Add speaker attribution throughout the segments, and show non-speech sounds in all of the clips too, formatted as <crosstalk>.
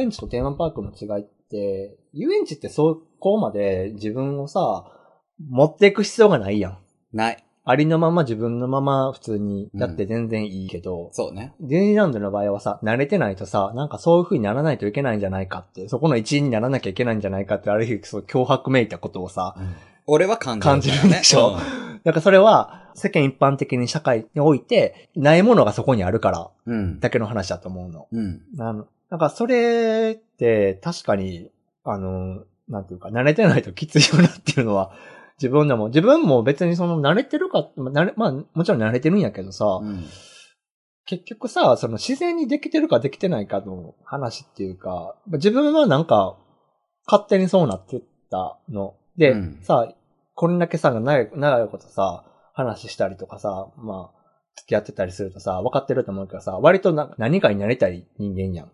Speaker 1: 園地とテーマパークの違いって、遊園地ってそこまで自分をさ、持っていく必要がないやん。
Speaker 2: ない。
Speaker 1: ありのまま自分のまま普通にやって全然いいけど、
Speaker 2: そうね。
Speaker 1: ディズニーランドの場合はさ、慣れてないとさ、なんかそういう風にならないといけないんじゃないかって、そこの一員にならなきゃいけないんじゃないかって、ある日、そう、脅迫めいたことをさ、
Speaker 2: 俺は感じる、
Speaker 1: 感じるでしょなんかそれは、世間一般的に社会において、ないものがそこにあるから、
Speaker 2: うん。
Speaker 1: だけの話だと思うの。
Speaker 2: うん。
Speaker 1: あの、なんかそれって、確かに、あの、なんていうか、慣れてないときついよなっていうのは、 <laughs> 自分でも、自分も別にその慣れてるか、まあ慣れ、まあ、もちろん慣れてるんやけどさ、
Speaker 2: うん。
Speaker 1: 結局さ、その自然にできてるかできてないかの話っていうか、自分はなんか、勝手にそうなってったの。で、
Speaker 2: うん
Speaker 1: さ、これだけさ、長い、長いことさ、話したりとかさ、まあ、付き合ってたりするとさ、分かってると思うけどさ、割とな何かになりたい人間やん。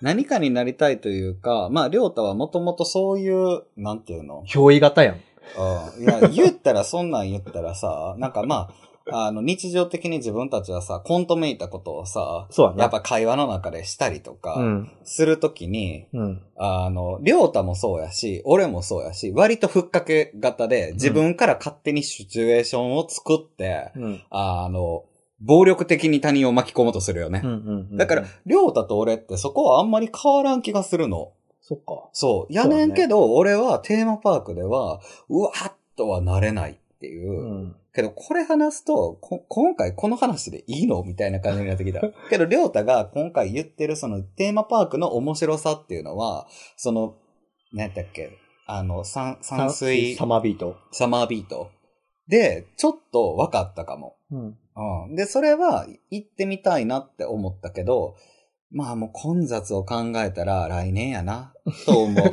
Speaker 2: 何かになりたいというか、まあ、りょうたはもともとそういう、なんていうの
Speaker 1: 憑依型やん。
Speaker 2: うんいや、 <laughs> 言ったらそんなん言ったらさ、なんかまあ、あの、日常的に自分たちはさ、コントめいたことをさ、
Speaker 1: そうやな。
Speaker 2: やっぱ会話の中でしたりと
Speaker 1: う
Speaker 2: か、
Speaker 1: ん。
Speaker 2: するときに、
Speaker 1: うん。
Speaker 2: あの、りょうたもそうやし、俺もそうやし、割とふっかけ型で、自分から勝手にシチュエーションを作って、
Speaker 1: うん。
Speaker 2: あの、暴力的に他人を巻き込もうとするよね
Speaker 1: うん。うん。うん
Speaker 2: だから、、りょうたと俺ってそこはあんまり変わらん気がするの。
Speaker 1: そっか。
Speaker 2: そう。やねんけど、俺はテーマパークでは、うわっとはなれないっていう。
Speaker 1: うん。
Speaker 2: けど、これ話すと、こ、今回この話でいいのみたいな感じになってき <laughs> た。けど、りょうたが今回言ってるそのテーマパークの面白さっていうのは、その、何だっけ、あの、山、山水
Speaker 1: サマービート。
Speaker 2: サマービート。で、ちょっと分かったかも。
Speaker 1: うん。
Speaker 2: うん。で、それは行ってみたいなって思ったけど、まあもう混雑を考えたら来年やな、と
Speaker 1: <laughs>
Speaker 2: 思う。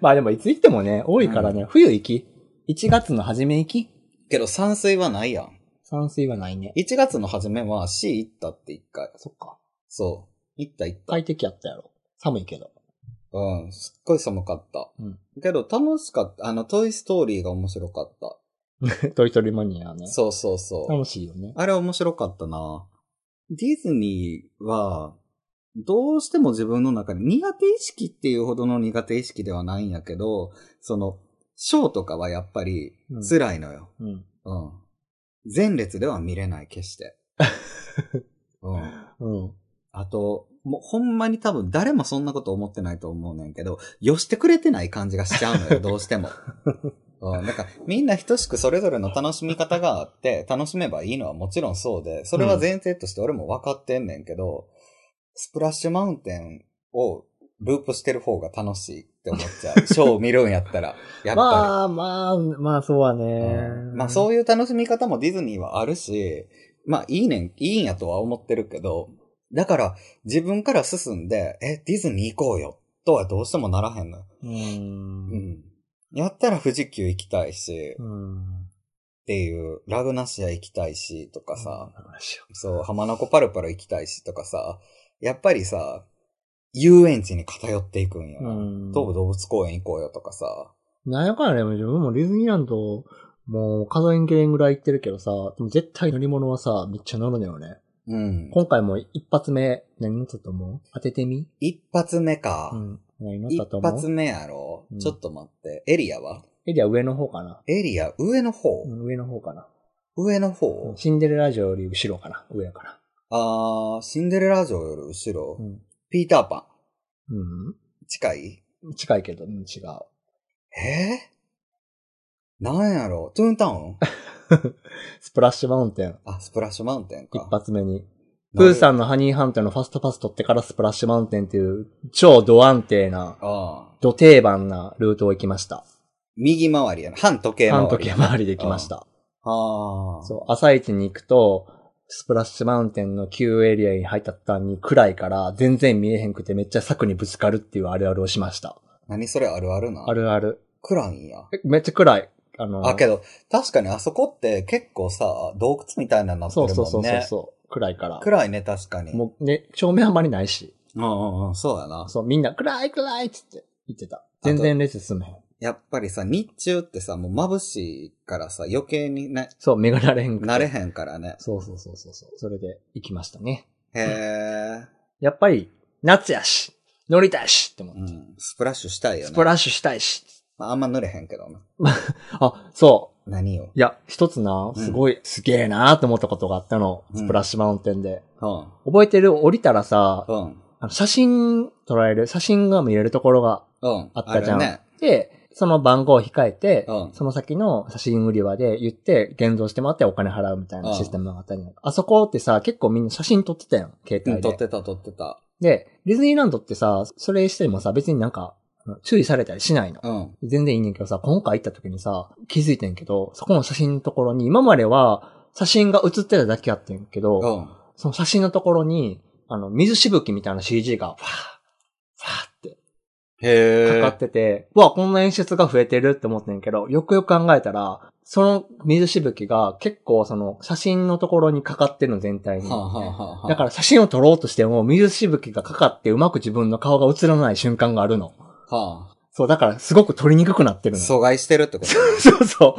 Speaker 1: まあでも、いつ行ってもね、多いからね、冬行き。1月の初め行き
Speaker 2: けど山水はないやん。
Speaker 1: 山水はないね。
Speaker 2: 1月の初めは C 行ったって一回。
Speaker 1: そっか。
Speaker 2: そう。行った行った。
Speaker 1: 快適やったやろ。寒いけど。 <laughs>
Speaker 2: うん。すっごい寒かった。
Speaker 1: うん
Speaker 2: けど楽しかった。あの、トイストーリーが面白かった。
Speaker 1: トリトリマニアね。
Speaker 2: そうそうそう。
Speaker 1: 楽しいよね。
Speaker 2: あれ面白かったな。ディズニーは、どうしても自分の中で苦手意識っていうほどの苦手意識ではないんやけど、その、ショーとかはやっぱり
Speaker 1: うん
Speaker 2: 辛いのよ。
Speaker 1: うん。
Speaker 2: うん。前列では見れない、決
Speaker 1: <laughs>
Speaker 2: して。うん。
Speaker 1: うん。
Speaker 2: あと、もうほんまに多分誰もそんなこと思ってないと思うねんけど、よしてくれてない感じがしちゃうのよ、どうし
Speaker 1: <laughs>
Speaker 2: ても。うん、なんかみんな等しくそれぞれの楽しみ方があって、楽しめばいいのはもちろんそうで、それは前提として俺も分かってんねんけど、スプラッシュマウンテンをループしてる方が楽しいって思っ
Speaker 1: <laughs>
Speaker 2: ちゃう。ショーを見るんやったら。やっぱり。
Speaker 1: まあまあ、まあそうは
Speaker 2: う
Speaker 1: ね。
Speaker 2: んまあ
Speaker 1: う。
Speaker 2: そういう楽しみ方もディズニーはあるし、まあいいねん、いいんやとは思ってるけど、だから自分から進んで、え、ディズニー行こうよ、とはどうしてもならへんの。
Speaker 1: う。
Speaker 2: うんん。やったら富士急行きたいし、
Speaker 1: う
Speaker 2: っ
Speaker 1: ん。
Speaker 2: ていう、ラグナシア行きたいし、とかさ、
Speaker 1: どうしよ
Speaker 2: そう、浜名湖パルパル行きたいし、とかさ、やっぱりさ、遊園地に偏っていくんよ
Speaker 1: う。
Speaker 2: な。
Speaker 1: うん。
Speaker 2: 東武動物公園行こうよとかさ。
Speaker 1: なんやかんやでも自分もディズニーランド、もう数えきれんぐらい行ってるけどさ、でも絶対乗り物はさ、めっちゃ乗るのよね。
Speaker 2: うん。
Speaker 1: 今回も一発目、何乗ったと思う当ててみ
Speaker 2: 一発目か。
Speaker 1: うん。何乗っ
Speaker 2: 一
Speaker 1: たと思う
Speaker 2: 発目やろ、
Speaker 1: うん
Speaker 2: ちょっと待って。エリアは
Speaker 1: エリア上の方かな。
Speaker 2: エリア上の方、
Speaker 1: うん、上の方かな。
Speaker 2: 上の方、
Speaker 1: シンデレラ城より後ろかな。上やから。
Speaker 2: あー、シンデレラ城より後ろ、
Speaker 1: うん。
Speaker 2: ピーターパ
Speaker 1: うん。
Speaker 2: ン。近い
Speaker 1: 近いけど、うん、違う。
Speaker 2: えー、なんやろトゥーンタウン
Speaker 1: スプラッシュマウンテン。
Speaker 2: あ、スプラッシュマウンテン
Speaker 1: <laughs> 一
Speaker 2: か。
Speaker 1: 発目に。
Speaker 2: な
Speaker 1: プ
Speaker 2: る
Speaker 1: ーさんのハニーハンターのファストパス取ってからスプラッシュマウンテンっていう超ド安定な、
Speaker 2: あー
Speaker 1: ド定番なルートを行きました。
Speaker 2: 右回りやな。半時計回り。
Speaker 1: 半時計回りで行きました。
Speaker 2: あー。
Speaker 1: そう、朝一に行くと、スプラッシュマウンテンの旧エリアに入った途端に暗いから全然見えへんくてめっちゃ柵にぶつかるっていうあるあるをしました。
Speaker 2: 何それあるあるな。
Speaker 1: あ。るある。
Speaker 2: 暗いんや。
Speaker 1: えめっちゃ暗い。あの、
Speaker 2: あ、けど、確かにあそこって結構さ、洞窟みたいなのになって
Speaker 1: そう
Speaker 2: るもんね。
Speaker 1: そうそうそうそう。暗いから。
Speaker 2: 暗いね、確かに。
Speaker 1: もうね、照明あまりないし。
Speaker 2: うんうんうん、そうやな。
Speaker 1: そう、みんな暗い暗いっつって言ってた。全然列進めへん。
Speaker 2: やっぱりさ、日中ってさ、もう眩しいからさ、余計にね、
Speaker 1: そう、目が慣れへんくて
Speaker 2: 慣れへんからね。
Speaker 1: そうそうそうそうそう。それで行きましたね。
Speaker 2: へえ。
Speaker 1: やっぱり、夏やし。乗りたいしって思って。
Speaker 2: うん。スプラッシュしたいよ
Speaker 1: ス
Speaker 2: ね。
Speaker 1: プラッシュしたいし。
Speaker 2: まあ、あんま濡れへんけどな。
Speaker 1: あ、そ
Speaker 2: 何よ
Speaker 1: う。。いや、一つな、
Speaker 2: うん
Speaker 1: すごい、すげえなーって思ったことがあったの。
Speaker 2: うん
Speaker 1: スプラッシュマウンテンで。
Speaker 2: うん。
Speaker 1: 覚えてる降りたらさ、
Speaker 2: うん。
Speaker 1: あの写真撮られる、写真が見れるところが
Speaker 2: うん。
Speaker 1: あったじゃん
Speaker 2: るね。
Speaker 1: で、その番号を控えて、
Speaker 2: うん
Speaker 1: その先の写真売り場で言って、現像してもらってお金払うみたいなシステムがあったり、ん、あそこってさ、結構みんな写真撮ってたやん、携
Speaker 2: う
Speaker 1: 帯
Speaker 2: ん、
Speaker 1: で。
Speaker 2: 撮ってた、撮ってた。
Speaker 1: で、ディズニーランドってさ、それしてもさ、別になんか、あの注意されたりしないの。
Speaker 2: うん。
Speaker 1: 全然いいねんけどさ、今回行った時にさ、気づいてんけど、そこの写真のところに、今までは写真が写ってただけやってんけど、
Speaker 2: うん。
Speaker 1: その写真のところに、あの、水しぶきみたいな CG が、わー、わーって
Speaker 2: へえ。
Speaker 1: かかってて、うわ、こんな演出が増えてるって思ってんけど、よくよく考えたら、その水しぶきが結構その写真のところにかかってるの全体に。
Speaker 2: はあ、はあはあはあ、
Speaker 1: だから写真を撮ろうとしても、水しぶきがかかってうまく自分の顔が映らない瞬間があるの。
Speaker 2: ら、は
Speaker 1: そう、だからすごく撮りにくくなって
Speaker 2: あ、
Speaker 1: るの。
Speaker 2: 阻害してるってこと
Speaker 1: うそうそ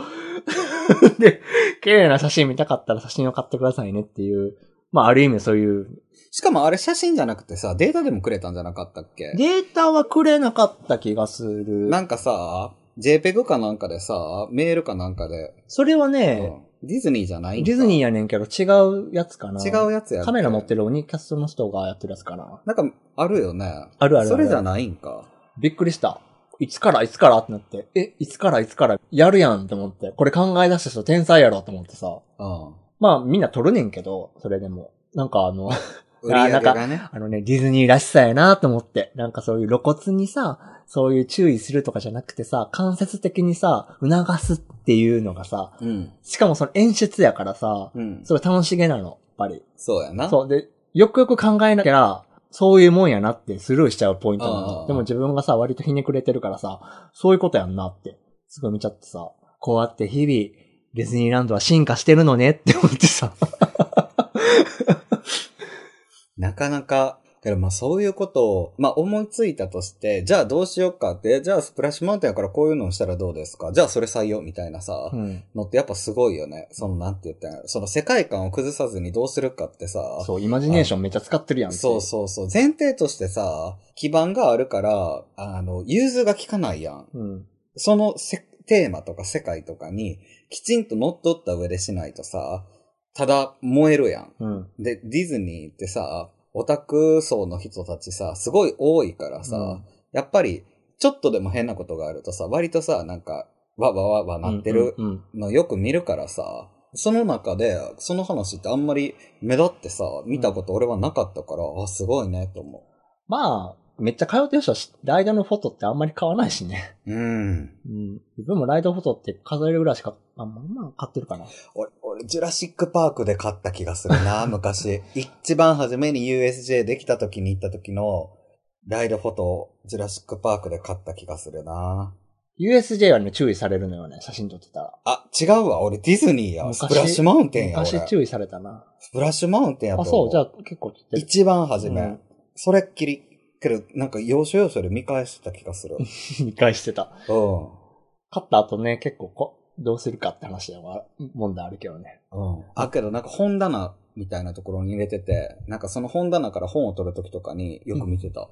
Speaker 1: う。 <laughs> で、綺麗な写真見たかったら写真を買ってくださいねっていう。まあ、ある意味そういう。
Speaker 2: しかもあれ写真じゃなくてさ、データでもくれたんじゃなかったっけ
Speaker 1: データはくれなかった気がする。
Speaker 2: なんかさ、JPEG かなんかでさ、メールかなんかで、
Speaker 1: それはね、
Speaker 2: うんディズニーじゃないんか
Speaker 1: ディズニーやねんけど違うやつかな。
Speaker 2: 違うやつや
Speaker 1: カメラ持って
Speaker 2: る。
Speaker 1: る鬼キャストの人がやってるやつかな。
Speaker 2: なんか、あるよね。あ
Speaker 1: あるあるある
Speaker 2: それじゃないんか。
Speaker 1: びっくりした。いつからいつからってなって、え、いつからいつからやるやんって思って、これ考え出した人天才やろって思ってさ。
Speaker 2: うん。
Speaker 1: まあみんな撮るねんけど、それでも。なんかあの、
Speaker 2: 売り上げがね。
Speaker 1: あのね、ディズニーらしさやなと思って。なんかそういう露骨にさ、そういう注意するとかじゃなくてさ、間接的にさ、促すっていうのがさ、
Speaker 2: うん。
Speaker 1: しかもその演出やからさ、
Speaker 2: うん。
Speaker 1: それ楽しげなの、やっぱり。
Speaker 2: そうやな。
Speaker 1: そう。で、よくよく考えなきゃ、そういうもんやなってスルーしちゃうポイントな
Speaker 2: あー
Speaker 1: の。でも自分がさ、割とひねくれてるからさ、そういうことやんなって、すごい見ちゃってさ、こうやって日々、ディズニーランドは進化してるのねって思ってさ。
Speaker 2: なかなか、だからまあそういうことを、まあ思いついたとして、じゃあどうしようかって、じゃあスプラッシュマウンテンやからこういうのをしたらどうですかじゃあそれ採用みたいなさ、
Speaker 1: うん。
Speaker 2: のってやっぱすごいよね。そのなんて言ったらいいのその世界観を崩さずにどうするかってさ、
Speaker 1: そう、イマジネーションめっちゃ使ってるやんって
Speaker 2: そうそうそう。前提としてさ、基盤があるから、あの、融通が効かないやん。
Speaker 1: う。うん。
Speaker 2: そのせテーマとか世界とかに、きちんと乗っ取った上でしないとさ、ただ燃えるやん。
Speaker 1: うん。
Speaker 2: で、ディズニーってさ、オタク層の人たちさ、すごい多いからさ、
Speaker 1: うん
Speaker 2: やっぱり、ちょっとでも変なことがあるとさ、割とさ、なんか、わわわわなってる
Speaker 1: うん。うん
Speaker 2: のよく見るからさ、その中で、その話ってあんまり目立ってさ、見たこと俺はなかったから、あ、すごいね、と思
Speaker 1: まあ、めっちゃ通ってる人はし、ライドのフォトってあんまり買わないしね。 <laughs>
Speaker 2: う。うん。
Speaker 1: うん。自分もライドフォトって数えるぐらいしか、あ、まあまあ買ってるかな。
Speaker 2: 俺、俺、ジュラシックパークで買った気がする
Speaker 1: <laughs>
Speaker 2: な、昔。一番初めに USJ できた時に行った時の、ライドフォトをジュラシックパークで買った気がするな。
Speaker 1: USJ はね、注意されるのよね、写真撮ってたら。
Speaker 2: あ、違うわ。俺ディズニーや。スプラッシュマウンテンや。俺
Speaker 1: 昔
Speaker 2: ス
Speaker 1: 注意されたな。
Speaker 2: プラッシュマウンテンや
Speaker 1: あ、
Speaker 2: と思
Speaker 1: そう、じゃあ結構切ってる。
Speaker 2: 一番初め。
Speaker 1: うん
Speaker 2: それっきり、けど、なんか要所要所で見返してた気が
Speaker 1: <laughs>
Speaker 2: する。う
Speaker 1: 見返してた。
Speaker 2: ん。
Speaker 1: 勝った後ね、結構こ、どうするかって話では、問題あるけどね。
Speaker 2: うん。あ、けどなんか本棚みたいなところに入れてて、なんかその本棚から本を取るときとかによく見てた。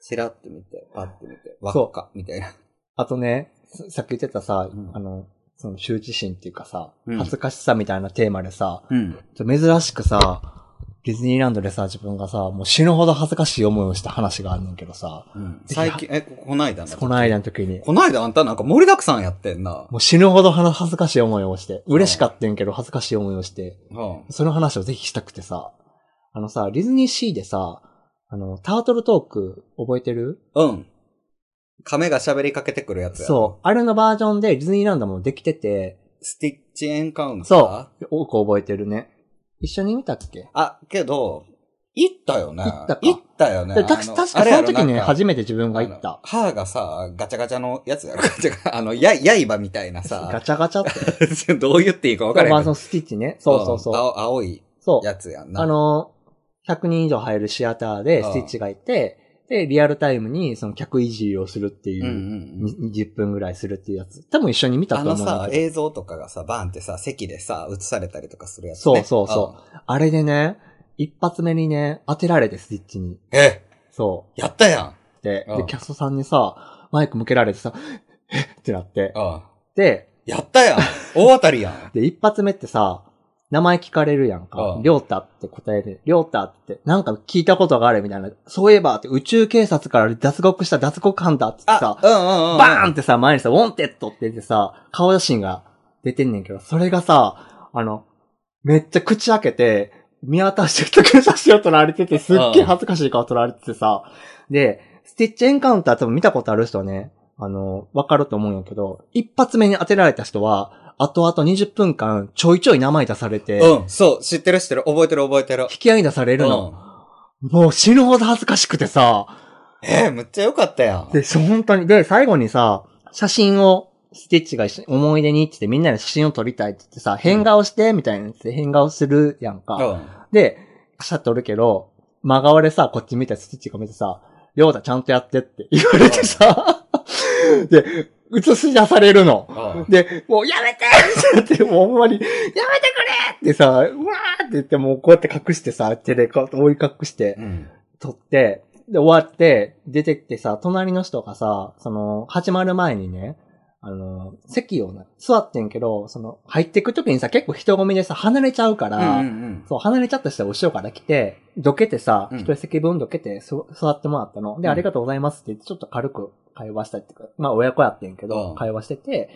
Speaker 2: チラって見て、パって見て、輪
Speaker 1: そう
Speaker 2: っか、みたいな。
Speaker 1: あとね、ささっき言ってたさ、
Speaker 2: うん
Speaker 1: あの、その羞恥心っていうかさ、
Speaker 2: うん
Speaker 1: 恥ずかしさみたいなテーマでさ、
Speaker 2: うん。
Speaker 1: ちょ珍しくさ、ディズニーランドでさ、自分がさ、もう死ぬほど恥ずかしい思いをした話があんねんけどさ、
Speaker 2: うん、最近、え、ここないだな。
Speaker 1: この間の時に、
Speaker 2: こないだあんたなんか盛りだくさんやってんな。
Speaker 1: もう死ぬほどはな恥ずかしい思いをして、嬉しかったんやけど恥ずかしい思いをして、
Speaker 2: うん。
Speaker 1: その話をぜひしたくてさ、あのさ、ディズニーシーでさ、あの、タートルトーク覚えてる
Speaker 2: うん。亀が喋りかけてくるやつや。
Speaker 1: そう。あれのバージョンでディズニーランドもできてて、
Speaker 2: う。スティッチエンカウンター
Speaker 1: そう。多く覚えてるね。一緒に見たっけ
Speaker 2: あ、けど、行ったよね。
Speaker 1: 行ったか
Speaker 2: たよね。
Speaker 1: でた
Speaker 2: あ
Speaker 1: 確
Speaker 2: の
Speaker 1: かそ
Speaker 2: あれ
Speaker 1: の
Speaker 2: やろ
Speaker 1: 時ね、
Speaker 2: なんか
Speaker 1: 初めて自分が行っ
Speaker 2: あの
Speaker 1: た。
Speaker 2: 母がさ、ガチャガチャのやつやろガ <laughs> チャガ、あの、や、刃みたい
Speaker 1: <laughs>
Speaker 2: な
Speaker 1: ガ
Speaker 2: さ、
Speaker 1: チャガチャって。
Speaker 2: <laughs> どう言っていいか分から
Speaker 1: バ
Speaker 2: へ
Speaker 1: ー
Speaker 2: ん
Speaker 1: ジョ
Speaker 2: けど。
Speaker 1: ンスティッチね。そうそうそう。
Speaker 2: 青青い
Speaker 1: そう。
Speaker 2: やつやんな。
Speaker 1: あ、の、100人以上入るシアターでスティッチがいて、で、リアルタイムにその客いじりをするってい
Speaker 2: うんうん
Speaker 1: う、
Speaker 2: うん。
Speaker 1: に20分ぐらいするっていうやつ。多分一緒に見た
Speaker 2: あ
Speaker 1: と思う
Speaker 2: の
Speaker 1: んだけど。
Speaker 2: さ、映像とかがさ、バーンってさ、席でさ、映されたりとかするやつね。
Speaker 1: そうそうそうあれでね、一発目にね、当てられて、スイッチに。
Speaker 2: うん。え
Speaker 1: そ
Speaker 2: やったやん
Speaker 1: う。で、
Speaker 2: う
Speaker 1: で、
Speaker 2: ん
Speaker 1: キャストさんにさ、マイク向けられてさ、えっってなって。
Speaker 2: あ
Speaker 1: で、
Speaker 2: やった
Speaker 1: <laughs>
Speaker 2: やん大当たりやん
Speaker 1: で、一発目ってさ、名前聞かれるやん
Speaker 2: あ
Speaker 1: か
Speaker 2: あ。
Speaker 1: りょうたって答える。りょうたって、なんか聞いたことがあるみたいな。そういえばって、宇宙警察から脱獄した脱獄犯だって言って
Speaker 2: あ
Speaker 1: さ、、
Speaker 2: うんうんうん。
Speaker 1: バーン
Speaker 2: ン
Speaker 1: ってさ、前にさ、ウォンテッドって言ってさ、顔写真が出てんねんけど、それがさ、あの、めっちゃ口開けて、見渡してきた写真を撮られてて、すっげえ恥ずかしい顔撮られててさ、で、スティッチエンカウンター多分見たことある人ね、あの、わかると思うんやけど、一発目に当てられた人は、後々20分間ちょいちょい名前出されて、
Speaker 2: うん、そう、知ってる知ってる、覚えてる覚えてる。
Speaker 1: 引き合いに出されるの。もう死ぬほど恥ずかしくてさ、
Speaker 2: うんえー、むっちゃよかったやん。
Speaker 1: で、そう本当に。で、最後にさ、写真を、スティッチが一緒に思い出にって言ってみんなで写真を撮りたいって言ってさ、変顔して、みたいなやつで変顔するやん
Speaker 2: う
Speaker 1: か。
Speaker 2: ん。
Speaker 1: で、カシャッと撮るけど、真顔でさ、こっち見たスティッチが見てさ、りょうたちゃんとやってって <laughs> 言われてさ、で、映し出されるの。
Speaker 2: うん
Speaker 1: で、もうやめて <laughs> って言って、もうほんまに、やめてくれってさ、うわーって言って、もうこうやって隠してさ、手でこう追い隠して
Speaker 2: う、ん。
Speaker 1: 撮って、で、終わって、出てきてさ、隣の人がさ、その、始まる前にね、あの、席をな、座ってんけど、その、入ってくときにさ、結構人混みでさ、離れちゃうか
Speaker 2: う
Speaker 1: ら、
Speaker 2: んうん
Speaker 1: そう、離れちゃった人が後ろから来て、どけてさ、
Speaker 2: うん
Speaker 1: 一、席分どけて、そ座ってもらったの。で、
Speaker 2: うん
Speaker 1: ありがとうございますって言って、ちょっと軽く会話したりとか、まあ、親子やってんけど、
Speaker 2: うん
Speaker 1: 会話してて、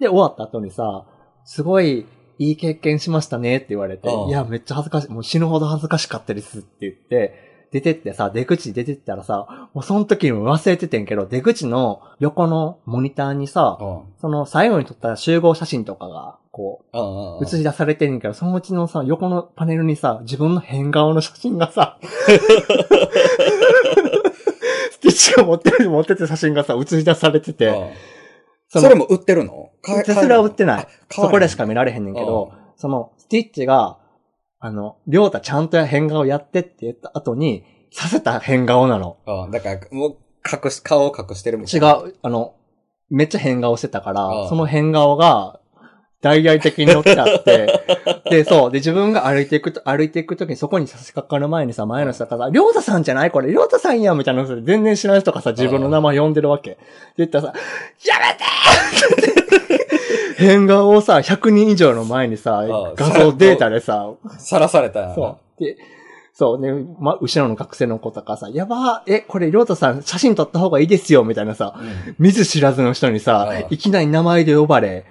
Speaker 1: で、終わった後にさ、すごい、いい経験しましたねって言われて、
Speaker 2: うん
Speaker 1: いや、めっちゃ恥ずかしい、もう死ぬほど恥ずかしかったですって言って、出てってさ、出口出てったらさ、もうその時にも忘れててんけど、出口の横のモニターにさ、
Speaker 2: うん。
Speaker 1: その最後に撮った集合写真とかが、こう、
Speaker 2: うんうんうん
Speaker 1: 映し出されてんねんけど、そのうちのさ、横のパネルにさ、自分の変顔の写真がさ、 <laughs> スティッチが持ってる、持ってて写真がさ、映し出されてて、
Speaker 2: うん
Speaker 1: そ
Speaker 2: それ
Speaker 1: の、
Speaker 2: も売ってるのか
Speaker 1: それは売ってない。そこでしか
Speaker 2: 見
Speaker 1: 見られへんねんけど、その、スティッチが、あの、りょうたちゃんと変顔やってって言った後に、させた変顔なの。
Speaker 2: うん。だから、もう、隠し、顔を隠してるみた
Speaker 1: 違
Speaker 2: いな。う。
Speaker 1: う、あの、めっちゃ変顔してたから
Speaker 2: ああ、
Speaker 1: その変顔が、大々的に乗っちゃ
Speaker 2: <laughs>
Speaker 1: って、で、そう。で、自分が歩いていくと、歩いていくときにそこに差し掛かる前にさ、前の人がさ、りょうたさんじゃないこれ、りょうたさんやみたいな人で全然知らない人がさ、自分の名前呼んでるわけ。で言ったらさ、や
Speaker 2: <laughs>
Speaker 1: めて変顔をさ、100人以上の前にさ
Speaker 2: あ、
Speaker 1: 画像データでさ、
Speaker 2: さらされたやん。
Speaker 1: そう。で、そうね、ま、後ろの学生の子とかさ、やばー、え、これ、りょうたさん写真撮った方がいいですよ、みたいなさ、
Speaker 2: うん。うん。
Speaker 1: 見ず知らずの人にさ、
Speaker 2: ああ
Speaker 1: いきなり名前で呼ばれ、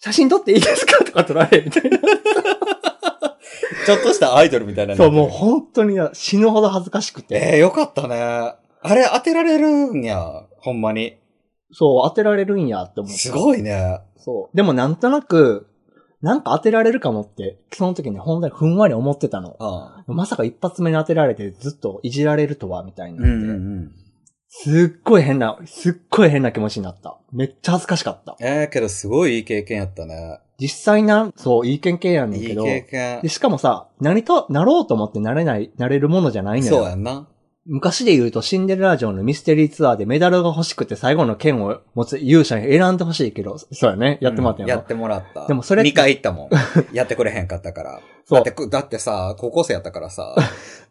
Speaker 1: 写真撮っていいですかとか撮られ、みたいな。
Speaker 2: ちょっとしたアイドルみたいな。
Speaker 1: そう、もう本当にな死ぬほど恥ずかしくて。
Speaker 2: ええよかったね。あれ当てられるんや。ほんまに。
Speaker 1: そう、当てられるんやって思って。
Speaker 2: すごいね。
Speaker 1: そう。でもなんとなく、なんか当てられるかもって、その時に本当にふんわり思ってたの。
Speaker 2: うん。
Speaker 1: まさか一発目に当てられてずっといじられるとは、みたいになって。
Speaker 2: うん。
Speaker 1: すっごい変な、すっごい変な気持ちになった。めっちゃ恥ずかしかった。
Speaker 2: ええけどすごいいい経験やったね。
Speaker 1: 実際な、そう、いい経験やねん
Speaker 2: い
Speaker 1: け
Speaker 2: い
Speaker 1: ど。
Speaker 2: 経験
Speaker 1: で、。しかもさ、何と、なろうと思ってなれない、なれるものじゃないのよ。
Speaker 2: そうやんな。
Speaker 1: 昔で言うとシンデレラ城のミステリーツアーでメダルが欲しくて最後の剣を持つ勇者に選んでほしいけど、そうやね。やってもらった
Speaker 2: うん
Speaker 1: や
Speaker 2: や
Speaker 1: ろ、
Speaker 2: ってもらった。
Speaker 1: でもそれって
Speaker 2: 2回行ったもん。
Speaker 1: <laughs>
Speaker 2: やってくれへんかったから。
Speaker 1: そ
Speaker 2: だ
Speaker 1: う
Speaker 2: って。く、だってさ、高校生やったか
Speaker 1: <laughs>
Speaker 2: らさ、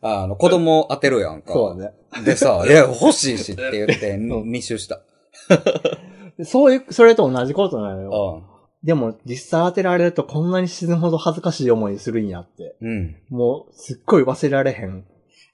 Speaker 2: あの、子供当てるやんか。
Speaker 1: そうだね。
Speaker 2: で
Speaker 1: <laughs>
Speaker 2: さ、いや、欲しいしって言って、2周した。
Speaker 1: でそういう、それと同じことなの
Speaker 2: う
Speaker 1: よ。
Speaker 2: ん。
Speaker 1: でも実際当てられるとこんなに死ぬほど恥ずかしい思いするんやって。
Speaker 2: うん。
Speaker 1: もう、すっごい忘れられへん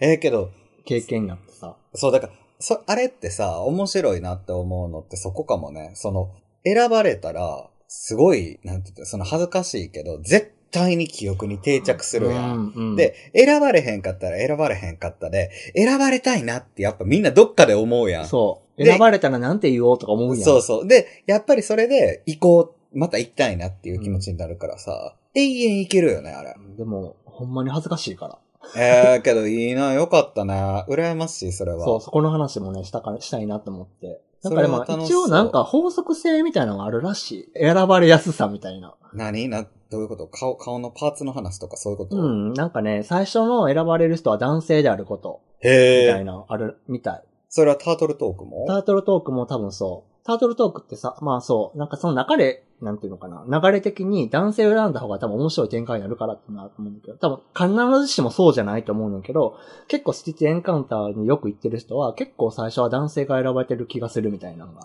Speaker 2: ええけど、
Speaker 1: 経験になってさ。
Speaker 2: そう、だから、そ、あれってさ、面白いなって思うのってそこかもね。その、選ばれたら、すごい、なんて言って、その恥ずかしいけど、絶対に記憶に定着するやん。
Speaker 1: ん。うん、
Speaker 2: で、選ばれへんかったら選ばれへんかったで、選ばれたいなってやっぱみんなどっかで思うやん。
Speaker 1: そう。
Speaker 2: で
Speaker 1: 選ばれたらなんて言おうとか思うやん。
Speaker 2: そうそう。で、やっぱりそれで、行こう、また行きたいなっていう気持ちになるからさ、永遠行けるよね、あれ。
Speaker 1: でも、ほんまに恥ずかしいから。
Speaker 2: <laughs> ええけどいいな、よかったな。羨ましい、それは。
Speaker 1: そう、そこの話もね、したか、したいなと思って。なん
Speaker 2: そ
Speaker 1: か
Speaker 2: れ
Speaker 1: で
Speaker 2: は
Speaker 1: も
Speaker 2: 楽し、そう
Speaker 1: 一応なんか法則性みたいなのがあるらしい。選ばれやすさみたいな。
Speaker 2: 何な、どういうこと顔、顔のパーツの話とかそういうこと、
Speaker 1: うん、なんかね、最初の選ばれる人は男性であること、み
Speaker 2: へ
Speaker 1: たい
Speaker 2: え。
Speaker 1: なのある、みたい。
Speaker 2: それはタートルトークも
Speaker 1: タートルトークも多分そう。タートルトークってさ、まあそう、なんかその中で、なんていうのかな、流れ的に男性を選んだ方が多分面白い展開になるからってなと思うんだけど、多分必ずしもそうじゃないと思うんだけど、結構スティッチエンカウンターによく行ってる人は結構最初は男性が選ばれてる気がするみたいなのが。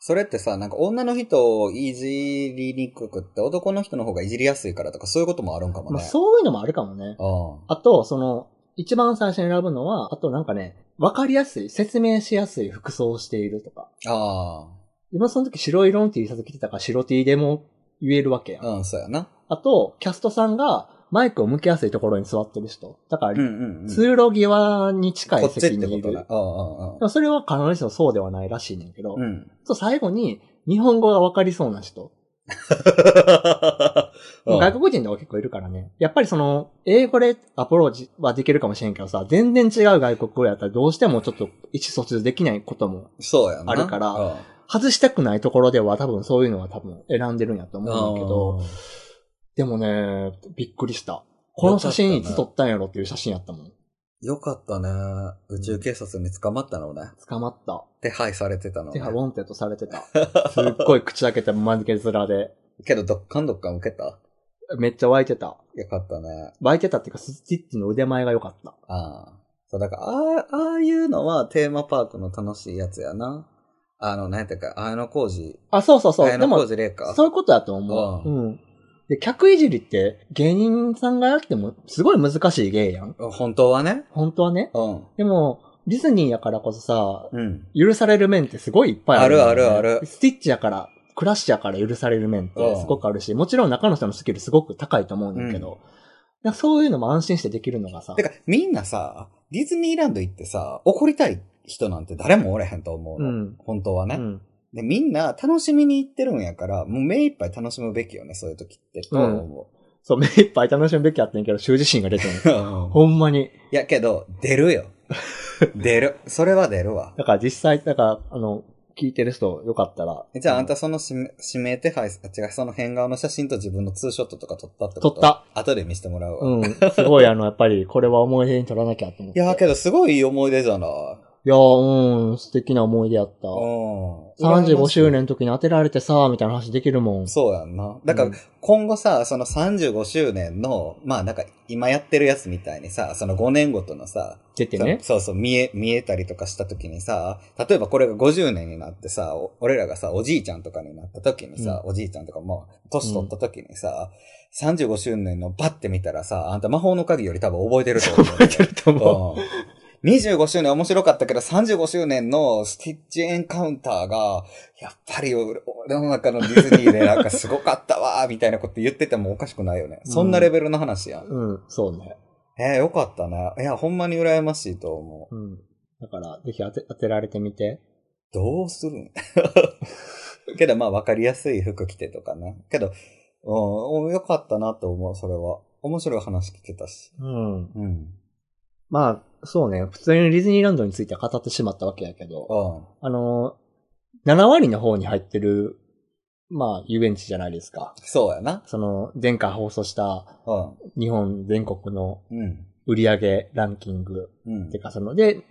Speaker 2: それってさ、なんか女の人をいじりにくくって男の人の方がいじりやすいからとかそういうこともあるんかもね。
Speaker 1: まあそういうのもあるかもね。
Speaker 2: うん。
Speaker 1: あと、その、一番最初に選ぶのは、あとなんかね、わかりやすい、説明しやすい服装をしているとか。
Speaker 2: あ
Speaker 1: 今その時白色の T シャツ着てたから白 T でも言えるわけや、
Speaker 2: あ。うん、そうやな。
Speaker 1: あと、キャストさんがマイクを向けやすいところに座ってる人。だか
Speaker 2: うん
Speaker 1: ら、
Speaker 2: うんうん。
Speaker 1: 通路際に近
Speaker 2: こ
Speaker 1: い
Speaker 2: っちっ
Speaker 1: 席
Speaker 2: て
Speaker 1: に
Speaker 2: こ
Speaker 1: い
Speaker 2: と
Speaker 1: る。
Speaker 2: ね。う
Speaker 1: でもそれは必ずしもそうではないらしいねんけど、
Speaker 2: んうんうん。 <laughs> うん。
Speaker 1: と最後に日本語がわかりそうな人。外国人でも結構いるからね。やっぱりその、英語でアプローチはできるかもしれんけどさ、全然違う外国語やったらどうしてもちょっと意思疎通できないことも、
Speaker 2: そうやな。
Speaker 1: あるから
Speaker 2: うん
Speaker 1: 外したくないところでは多分そういうのは多分選んでるんやと思うんだけど、
Speaker 2: うん
Speaker 1: でもね、びっくりした。この写真いつ撮ったんやろっていう写真やったもん。
Speaker 2: よかったね。宇宙警察に捕まったのね。
Speaker 1: 捕まった。
Speaker 2: 手配されてたの
Speaker 1: 手
Speaker 2: ね
Speaker 1: が。ウォンテッドされてた。すっごい口開けてまずけ面で。
Speaker 2: けど、どっかんどっかん受けた。
Speaker 1: めっちゃ湧いてた。
Speaker 2: よかったね。
Speaker 1: 湧いてたっていうか、スティッチの腕前が良かった。
Speaker 2: ああ。そう、だから、ああ、ああいうのはテーマパークの楽しいやつやな。あの、なんていうか、綾野浩二。
Speaker 1: あ、そうそうそう。
Speaker 2: 綾
Speaker 1: で
Speaker 2: 野
Speaker 1: も
Speaker 2: 浩、二麗か。
Speaker 1: そういうことだと思う。
Speaker 2: う
Speaker 1: うん。で、客いじりって芸人さんがやってもすごい難しい芸やん。
Speaker 2: 本当はね。
Speaker 1: 本当はね。
Speaker 2: うん。
Speaker 1: でも、ディズニーやからこそさ、
Speaker 2: うん。
Speaker 1: 許される面ってすごいいっぱいあるよね、
Speaker 2: あるあるある
Speaker 1: スティッチやから、クラッシュやから許される面ってすごくあるし、もちろん中の人のスキルすごく高いと思うんだけど、だからそういうのも安心してできるのがさ
Speaker 2: て、か、みんなさ、ディズニーランド行ってさ、怒りたい人なんて誰もおれへんと思う
Speaker 1: う
Speaker 2: の。
Speaker 1: ん。
Speaker 2: 本当は
Speaker 1: う
Speaker 2: ね、
Speaker 1: ん。
Speaker 2: で、みんな楽しみに行ってるんやから、もう目いっぱい楽しむべきよね、そういう時って。と思
Speaker 1: そう、目いっぱい楽しむべきやってんけど、羞恥心が出てる。
Speaker 2: う。
Speaker 1: ほんまに。
Speaker 2: いやけど、出
Speaker 1: <laughs>
Speaker 2: るよ。出る。それは出るわ。
Speaker 1: だから実際、だから、あの、聞いてる人よかったら。
Speaker 2: じゃあ、あんたその指名指名手配、あ違う、その変顔の写真と自分のツーショットとか撮ったってこと
Speaker 1: 撮った。
Speaker 2: 後で見せてもらうわ。い
Speaker 1: うん。すごい、あの、やっぱり、これは思い出に取らなきゃと思って。
Speaker 2: や
Speaker 1: い
Speaker 2: ーけど、すごいいい思い出じゃない。
Speaker 1: やー、うん、素敵な思い出やった。
Speaker 2: うん。
Speaker 1: 35周。年の時に当てられてさ、みたいな話できるもん。
Speaker 2: そうやんな。だから
Speaker 1: うん、
Speaker 2: 今後さ、その35周年の、まあなんか、今やってるやつみたいにさ、その5年ごとのさ、
Speaker 1: 出てね。
Speaker 2: そうそう、見え、見えたりとかした時にさ、例えばこれが50年になってさ、お俺らがさ、おじいちゃんとかになった時にさ、おじいちゃんとかも、年取った時にさ、35周年のバッて見たらさ、あんた魔法の鍵より多分覚えてると思う。覚え
Speaker 1: 出ると思う。
Speaker 2: うん。25周年面白かったけど、35周年のスティッチエンカウンターが、やっぱり俺俺の中のディズニー <laughs> でなんかすごかったわー、みたいなこと言っててもおかしくないよね。そんなレベルの話やん。
Speaker 1: うん、そうね。
Speaker 2: えー、よかったね。いや、ほんまに羨ましいと思う。
Speaker 1: うん。だから、ぜひ当て、当てられてみて。
Speaker 2: どうするん <laughs> けど、まあ、わかりやすい服着てとかね。けど、うん、よかったなと思う、それは。面白い話聞けたし。
Speaker 1: うん。
Speaker 2: うん。うん。
Speaker 1: まあ、そうね。普通にディズニーランドについては語ってしまったわけやけど、あのー、7割の方に入ってる、まあ、遊園地じゃないですか。
Speaker 2: そうやな。
Speaker 1: その、前回放送した
Speaker 2: うん。
Speaker 1: 日本全国の
Speaker 2: うん。
Speaker 1: 売り上げランキング
Speaker 2: うん
Speaker 1: って。か、その、で、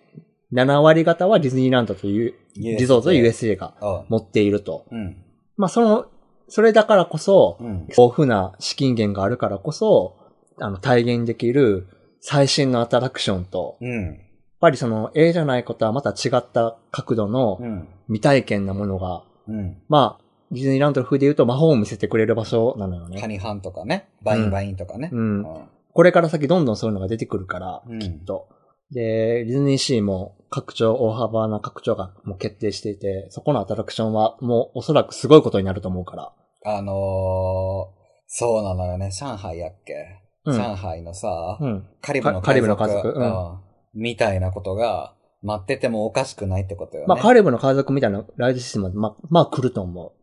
Speaker 1: 7割方はディズニーランドという、リゾートと USJ が
Speaker 2: うん。
Speaker 1: 持っていると。
Speaker 2: うん。
Speaker 1: まあ、その、それだからこそ、
Speaker 2: うん。
Speaker 1: 豊富な資金源があるからこそ、あの、体現できる最新のアトラクションと、やっ
Speaker 2: うん。
Speaker 1: ぱりその、A じゃないことはまた違った角度の
Speaker 2: うん。
Speaker 1: 未体験なものが、
Speaker 2: うん。
Speaker 1: まあ、ディズニーランド風で言うと魔法を見せてくれる場所なのよ
Speaker 2: カ
Speaker 1: ね。
Speaker 2: ニハンとかね。バインバインとかね。
Speaker 1: う。
Speaker 2: うんん。
Speaker 1: これから先どんどんそういうのが出てくるから、
Speaker 2: うん
Speaker 1: きっと。で、ディズニーシーも拡張、大幅な拡張がもう決定していて、そこのアトラクションはもうおそらくすごいことになると思うから。
Speaker 2: あのー、そうなのよね。上海やっけ、
Speaker 1: うん
Speaker 2: 上海のさ、
Speaker 1: うん。
Speaker 2: カリブの
Speaker 1: カカリブの家族う
Speaker 2: うんん。みたいなことが、待っててもおかしくないってことよね。
Speaker 1: まあ、カリブの海賊みたいなライドシステムは、まあ、まあ来ると思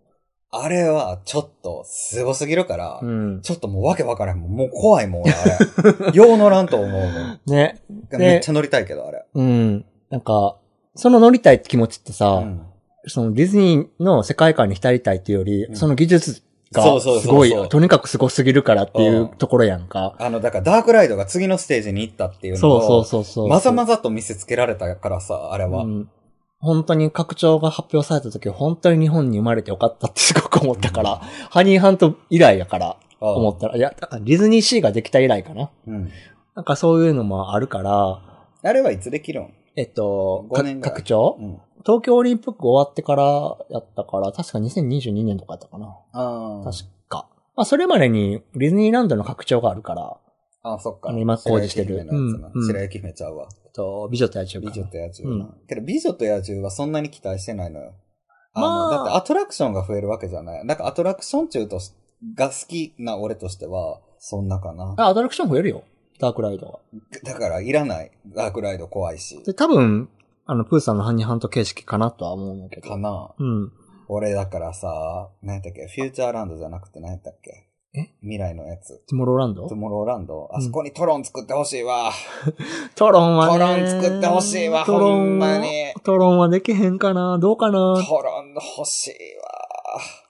Speaker 2: あれは、ちょっと、凄すぎるから、
Speaker 1: う。うん。
Speaker 2: ちょっともうわけわからへんもん。もう怖いも
Speaker 1: <laughs>
Speaker 2: ん、俺、あれ。よう乗らんと思うもん。
Speaker 1: ね。
Speaker 2: めっちゃ乗りたいけど、あれ。
Speaker 1: うん。なんか、その乗りたいって気持ちってさ、
Speaker 2: うん。
Speaker 1: そのディズニーの世界観に浸りたいっていうより、
Speaker 2: うん
Speaker 1: その技術
Speaker 2: そ
Speaker 1: が
Speaker 2: うそうそうそう
Speaker 1: すごい、とにかくすごすぎるからっていううんところやんか。
Speaker 2: あの、だから、ダークライドが次のステージに行ったっていうの
Speaker 1: そう
Speaker 2: を、
Speaker 1: そうそうそう。
Speaker 2: まざまざと見せつけられたからさ、あれは。
Speaker 1: うん本当に拡張が発表された時、本当に日本に生まれてよかったってすごく思ったから、ハニーハント以来やから、
Speaker 2: ああ
Speaker 1: 思ったら、いや、あディズニーシーができた以来かな。
Speaker 2: うん。
Speaker 1: なんかそういうのもあるから、
Speaker 2: あれはいつできるん
Speaker 1: えっと、
Speaker 2: 5年ぐらい
Speaker 1: 拡張
Speaker 2: うん。
Speaker 1: 東京オリンピック終わってからやったから、確か2022年とかやったかな。
Speaker 2: ああ。
Speaker 1: 確か。まあ、それまでにディズニーランドの拡張があるから、
Speaker 2: ああ、そっか
Speaker 1: あ。の今工事してる
Speaker 2: 白雪姫のやつな
Speaker 1: うんうん
Speaker 2: 白雪姫ちゃうわ。
Speaker 1: えっと、美女と野獣か
Speaker 2: 美女
Speaker 1: な。
Speaker 2: と野獣な。けど、美女と野獣はそんなに期待してないのよ。あの、
Speaker 1: まあ
Speaker 2: だってアトラクションが増えるわけじゃない。なんかアトラクション中とし、が好きな俺としては、そんなかな。
Speaker 1: あ、アトラクション増えるよ。ダークライドは。
Speaker 2: だから、いらない。ダークライド怖いし。
Speaker 1: で、多分、あの、プーさんのハニーハント形式かなとは思うんだけど。
Speaker 2: かな。
Speaker 1: うん。
Speaker 2: 俺だからさ、何やったっけフューチャーランドじゃなくて何やったっけ
Speaker 1: え
Speaker 2: 未来のやつ。
Speaker 1: トゥモローランド
Speaker 2: トゥモローランド。
Speaker 1: う
Speaker 2: あ
Speaker 1: ん
Speaker 2: そこにトロン作ってほしいわ。
Speaker 1: トロンはね。
Speaker 2: トロン作ってほしいわ、
Speaker 1: ト
Speaker 2: ほ
Speaker 1: ロ
Speaker 2: ん
Speaker 1: ン
Speaker 2: ま
Speaker 1: は、
Speaker 2: に。
Speaker 1: トロンはできへんかなどうかな
Speaker 2: トロン欲しいわ。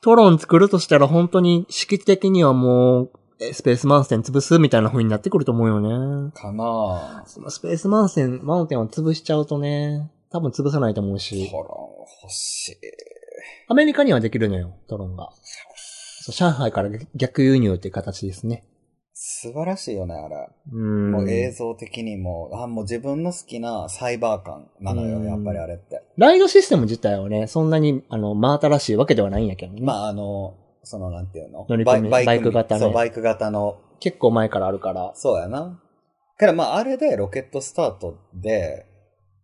Speaker 1: トロン作るとしたら本当に、式的にはもう、えスペースマウンテン潰すみたいな風になってくると思うよね。
Speaker 2: かな
Speaker 1: そのスペースマウンテン、マウンテンを潰しちゃうとね、多分潰さないと思うし、
Speaker 2: トロン欲しい。
Speaker 1: アメリカにはできるのよ、トロンが。そう上海から逆逆輸入っていう形ですね。
Speaker 2: 素晴らしいよね、あれ。
Speaker 1: うん。
Speaker 2: もう映像的にも、あ、もう自分の好きなサイバー感なのよ、
Speaker 1: うん
Speaker 2: やっぱりあれって。
Speaker 1: ライドシステム自体はね、そんなに、あの、真新しいわけではないんやけどね。
Speaker 2: まあ、あの、その、なんていうの
Speaker 1: 乗り込みバイク型ね
Speaker 2: そう、バイク型の、
Speaker 1: 結構前からあるから。
Speaker 2: そうやな。からまあ、あれでロケットスタートで、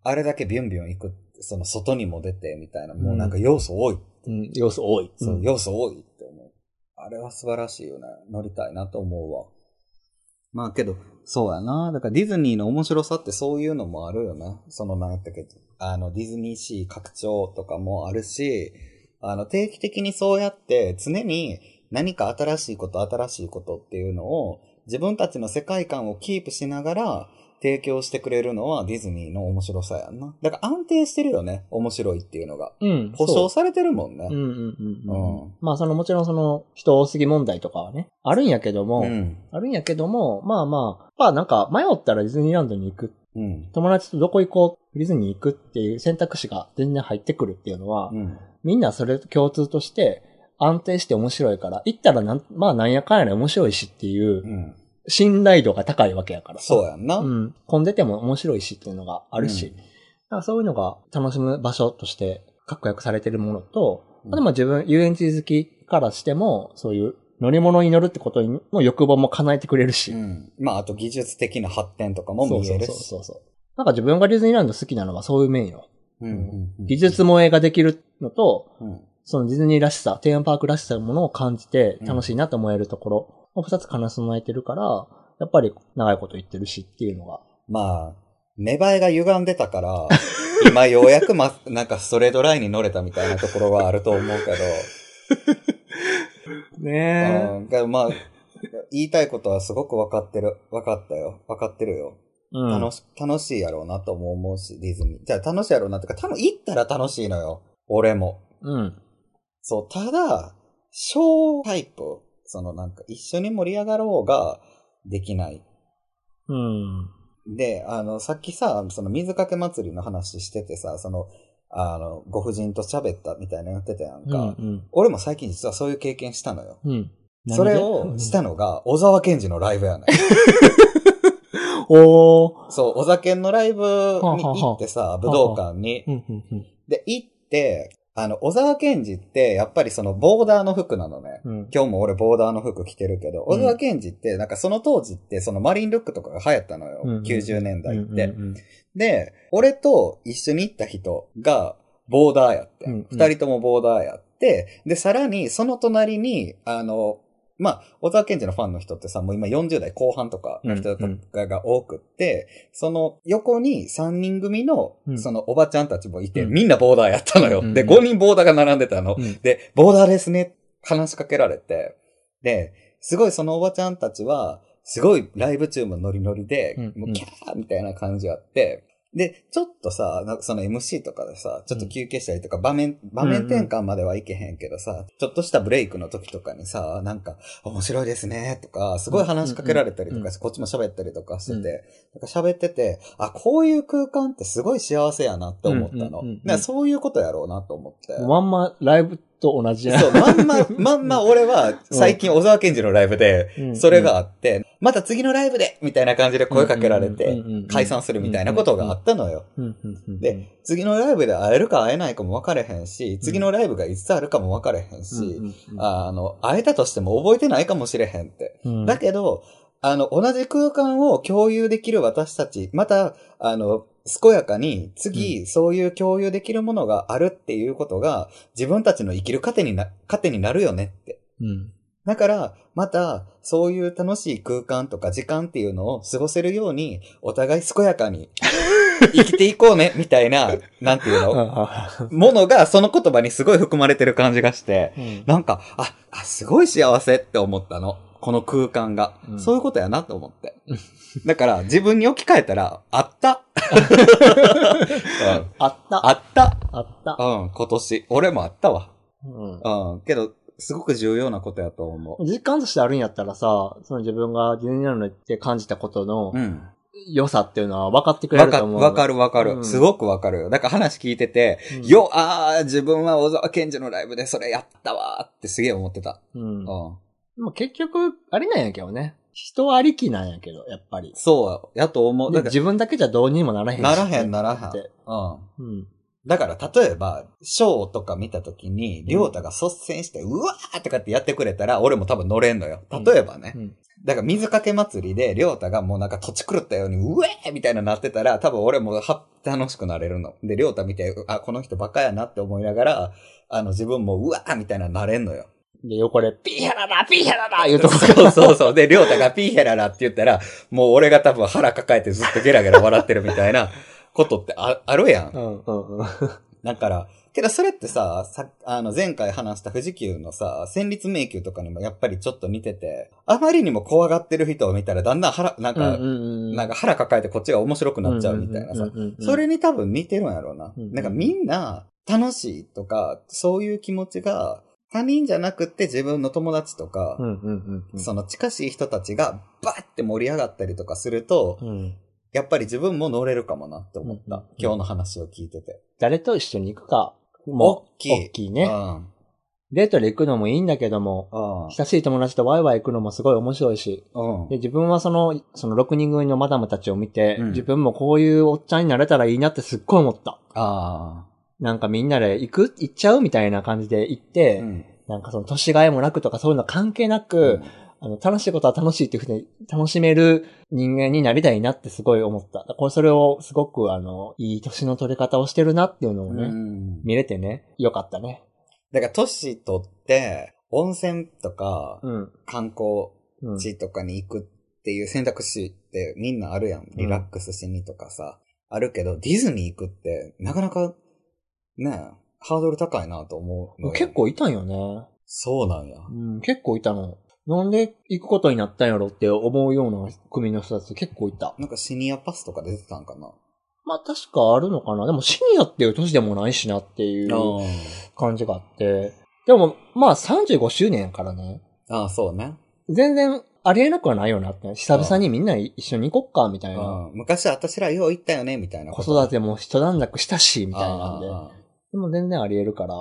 Speaker 2: あれだけビュンビュン行く、その外にも出てみたいな、もうなんか要素多い。
Speaker 1: うん、要素多い。
Speaker 2: そうう、
Speaker 1: ん
Speaker 2: 要素多いって思う。あれは素晴らしいよね。乗りたいなと思うわ。まあけど、そうやな。だからディズニーの面白さってそういうのもあるよね。その何やったっけ、あの、ディズニーシー拡張とかもあるし、あの、定期的にそうやって常に何か新しいこと、新しいことっていうのを自分たちの世界観をキープしながら提供してくれるのはディズニーの面白さやんな。だから安定してるよね。面白いっていうのが。
Speaker 1: うん。
Speaker 2: 保証されてるもんね。
Speaker 1: そう。うんうんうんうん。
Speaker 2: うん
Speaker 1: まあ、その、もちろんその、人多すぎ問題とかはね、あるんやけども、
Speaker 2: うん。
Speaker 1: あるんやけども、まあまあ、まあなんか迷ったらディズニーランドに行く。
Speaker 2: うん。
Speaker 1: 友達とどこ行こう、ディズニー行くっていう選択肢が全然入ってくるっていうのは、
Speaker 2: うん。
Speaker 1: みんなそれ共通として、安定して面白いから、行ったらなん、まあなんやかんやで面白いしっていう、
Speaker 2: うん。
Speaker 1: 信頼度が高いわけやからさ
Speaker 2: そうやんな。
Speaker 1: うん。混んでても面白いしっていうのがあるし、
Speaker 2: うん
Speaker 1: だからそういうのが楽しむ場所として確約されてるものと、
Speaker 2: うん
Speaker 1: まあでも自分、遊園地好きからしても、そういう乗り物に乗るってことの欲望も叶えてくれるし、
Speaker 2: うんまあ、あと技術的な発展とかも見えるし。
Speaker 1: そうそうそうそう。なんか自分がディズニーランド好きなのはそういう面よ。
Speaker 2: うんうんうん
Speaker 1: 技術萌えができるのと、
Speaker 2: うん
Speaker 1: そのディズニーらしさ、テーマパークらしさのものを感じて楽しいなと思えるところ、を二つ兼ね備えてるから、やっぱり長いこと言ってるしっていうのが。
Speaker 2: まあ、芽生えが歪んでたから、 <laughs> 今ようやくま、なんかストレートラインに乗れたみたいなところはあると思うけど、
Speaker 1: ね
Speaker 2: うん、けどまあ、言いたいことはすごく分かってる。分かったよ。分かってるよ。
Speaker 1: うん。
Speaker 2: 楽し、楽しいやろうなとも思うし、ディズニー。じゃあ楽しいやろうなってか、多分行ったら楽しいのよ。俺も。
Speaker 1: うん。
Speaker 2: そう、ただ、小タイプ、そのなんか一緒に盛り上がろうができない。
Speaker 1: うん。
Speaker 2: で、あの、さっきさ、その水かけ祭りの話しててさ、その、あの、ご婦人と喋ったみたいなのやってたやん
Speaker 1: う
Speaker 2: か。
Speaker 1: ん。
Speaker 2: 俺も最近実はそういう経験したのよ。
Speaker 1: うん。
Speaker 2: それをしたのが、小沢健二のライ
Speaker 1: <laughs>
Speaker 2: ブやねん。
Speaker 1: おー。
Speaker 2: そう、小沢健のライブに行ってさ、武道館に。
Speaker 1: うんうんうん
Speaker 2: で、行って、あの、小沢健二って、やっぱりその、ボーダーの服なのね。
Speaker 1: うん。
Speaker 2: 今日も俺ボーダーの服着てるけど、
Speaker 1: うん
Speaker 2: 小沢健二って、なんかその当時って、そのマリンルックとかが流行ったのよ。
Speaker 1: うんうんうん
Speaker 2: 90年代って、
Speaker 1: うん
Speaker 2: で、俺と一緒に行った人がボーダーやって。
Speaker 1: う
Speaker 2: 二、
Speaker 1: んうん
Speaker 2: 人ともボーダーやって、で、さらにその隣に、あの、まあ、小沢健二のファンの人ってさ、もう今40代後半とかの人とかが多くって、その横に3人組の
Speaker 1: う、ん
Speaker 2: そのおばちゃんたちもいて、
Speaker 1: うん
Speaker 2: みんなボーダーやったのよ。
Speaker 1: うんうん
Speaker 2: で、5人ボーダーが並んでたの。
Speaker 1: うん
Speaker 2: で、ボーダーですね、話しかけられて、で、すごいそのおばちゃんたちは、すごいライブ中もノリノリで、
Speaker 1: うんうん
Speaker 2: もうキャーみたいな感じやって、で、ちょっとさ、なんかその MC とかでさ、ちょっと休憩したりとか、場面、場面転換まではいけへんけどさ、ちょっとしたブレイクの時とかにさ、なんか、面白いですね、とか、すごい話しかけられたりと
Speaker 1: うんうん
Speaker 2: かして、こっちも喋ったりとかして
Speaker 1: うん
Speaker 2: て、なんか喋ってて、あ、こういう空間ってすごい幸せやなって思ったの。
Speaker 1: うんうんうんうん
Speaker 2: だからそういうことやろうなと思って。
Speaker 1: まんまライブと同じや
Speaker 2: そう、ま
Speaker 1: <laughs>
Speaker 2: んま、まんま俺は最近小沢健二のライブで、
Speaker 1: うん
Speaker 2: それがあって、また次のライブでみたいな感じで声かけられて、解散するみたいなことがあったのよ。
Speaker 1: うんうんうん
Speaker 2: で、次のライブで会えるか会えないかも分かれへんし、次のライブがいつあるかも分かれへん
Speaker 1: うん
Speaker 2: し、
Speaker 1: うんうん
Speaker 2: あの、会えたとしても覚えてないかもしれへんって。
Speaker 1: うん
Speaker 2: だけど、あの、同じ空間を共有できる私たち、また、あの、健やかに、次、そういう共有できるものがあるっていうことが、自分たちの生きる糧にな、糧になるよねって。
Speaker 1: うん
Speaker 2: だから、また、そういう楽しい空間とか時間っていうのを過ごせるように、お互い健やかに生きていこうね、みたいな、なんていうの、
Speaker 1: あ
Speaker 2: ものが、その言葉にすごい含まれてる感じがして、
Speaker 1: うん
Speaker 2: なんか、あ、あすごい幸せって思ったの。この空間が。
Speaker 1: うん
Speaker 2: そういうことやなと思って。だから、自分に置き換えたら、あった。うん
Speaker 1: あった。
Speaker 2: あった。
Speaker 1: あった。
Speaker 2: うん、今年。俺もあったわ。
Speaker 1: うん
Speaker 2: うん、けど、すごく重要なことやと思
Speaker 1: 実感としてあるんやったらさ、その自分がジュニアのって感じたことの
Speaker 2: う。うん。
Speaker 1: 良さっていうのは分かってくれ
Speaker 2: わ
Speaker 1: る
Speaker 2: か
Speaker 1: と思う。
Speaker 2: わかるわか
Speaker 1: う
Speaker 2: る。
Speaker 1: ん
Speaker 2: すごくわかるよ。だから話聞いてて、
Speaker 1: うん
Speaker 2: よ、あー、自分は小沢健二のライブでそれやったわーってすげえ思ってた。
Speaker 1: うん。
Speaker 2: うん。
Speaker 1: でも結局、あれなんやけどね。人ありきなんやけど、やっぱり。
Speaker 2: そう、やと思う。
Speaker 1: で
Speaker 2: だから、
Speaker 1: 自分だけじゃどうにもならへんし
Speaker 2: ならへんならへん
Speaker 1: って
Speaker 2: うん。
Speaker 1: うん。
Speaker 2: だから、例えば、ショーとか見たときに、りょうたが率先して、うわーとかってやってくれたら、俺も多分乗れんのよ。例えばね。
Speaker 1: うん
Speaker 2: だから、水かけ祭りで、りょうたがもうなんか土地狂ったように、うえーみたいななってたら、多分俺もは楽しくなれるの。で、りょうた見て、あ、この人バカやなって思いながら、あの、自分もうわーみたいななれんのよ。
Speaker 1: で、横で、ピーヘラだ、ピーヘラだ言うとこ
Speaker 2: そうそうそう。 <laughs> で、りょうたがピーヘララって言ったら、もう俺が多分腹抱えてずっとゲラゲラ笑ってるみたいな <laughs> ことってああるやん。
Speaker 1: うんうんうん。
Speaker 2: だから、けどそれってさ、さ、あの前回話した富士急のさ、戦慄迷宮とかにもやっぱりちょっと似てて、あまりにも怖がってる人を見たらだんだん腹、なんか、なんか腹抱えてこっちが面白くなっちゃうみたいなさ、それに多分似てるんやろうな。
Speaker 1: うんうん
Speaker 2: なんかみんな楽しいとか、そういう気持ちが、他人じゃなくって自分の友達とか、
Speaker 1: うんうんうんうん。
Speaker 2: その近しい人たちがバッて盛り上がったりとかすると、
Speaker 1: うん。
Speaker 2: やっぱり自分も乗れるかもなって思った。
Speaker 1: うんうんうん
Speaker 2: 今日の話を聞いてて。
Speaker 1: 誰と一緒に行くか。
Speaker 2: 大きい
Speaker 1: 大きいね。
Speaker 2: うん
Speaker 1: デートで行くのもいいんだけども、
Speaker 2: うん
Speaker 1: 親しい友達とワイワイ行くのもすごい面白いし、
Speaker 2: うん
Speaker 1: で、自分はその、その6人組のマダムたちを見て、
Speaker 2: うん
Speaker 1: 自分もこういうおっちゃんになれたらいいなってすっごい思った。
Speaker 2: あ
Speaker 1: なんかみんなで行く行っちゃうみたいな感じで行って、
Speaker 2: あ。ん。
Speaker 1: なんかその年がいもなくとかそういうの関係なく、あの、楽しいことは楽しいっていうふうに楽しめる人間になりたいなってすごい思った。これそれをすごくあの、いい年の取り方をしてるなっていうのを
Speaker 2: う
Speaker 1: ね、
Speaker 2: ん。
Speaker 1: 見れてね、よかったね。
Speaker 2: だから、都市とって、温泉とか、
Speaker 1: うん。
Speaker 2: 観光
Speaker 1: うん。
Speaker 2: 地とかに行くっていう選択肢ってみんなあるやん。リラックスしにとかさ。あるけど、ディズニー行くって、なかなか、ねえ、ハードル高いなと思うのよ。
Speaker 1: 結。構いたんよね。
Speaker 2: そうなんや。
Speaker 1: うん、結構いたの。なんで行くことになったんやろって思うような組の人たち結構いた。
Speaker 2: なんかシニアパスとか出てたんかな。
Speaker 1: まあ確かあるのかな。でもシニアっていう年でもないしなっていう
Speaker 2: あ
Speaker 1: 感じがあって。でもまあ35周年やからね。
Speaker 2: あ、そうね。
Speaker 1: 全然ありえなくはないよなって。久々にみんな一緒に行こっかみた
Speaker 2: う
Speaker 1: いな。
Speaker 2: ん、昔私らよう行ったよね、みたいな
Speaker 1: 子
Speaker 2: こと。
Speaker 1: 育ても一段落したし、み
Speaker 2: み
Speaker 1: たいなんで。でも全然ありえるから。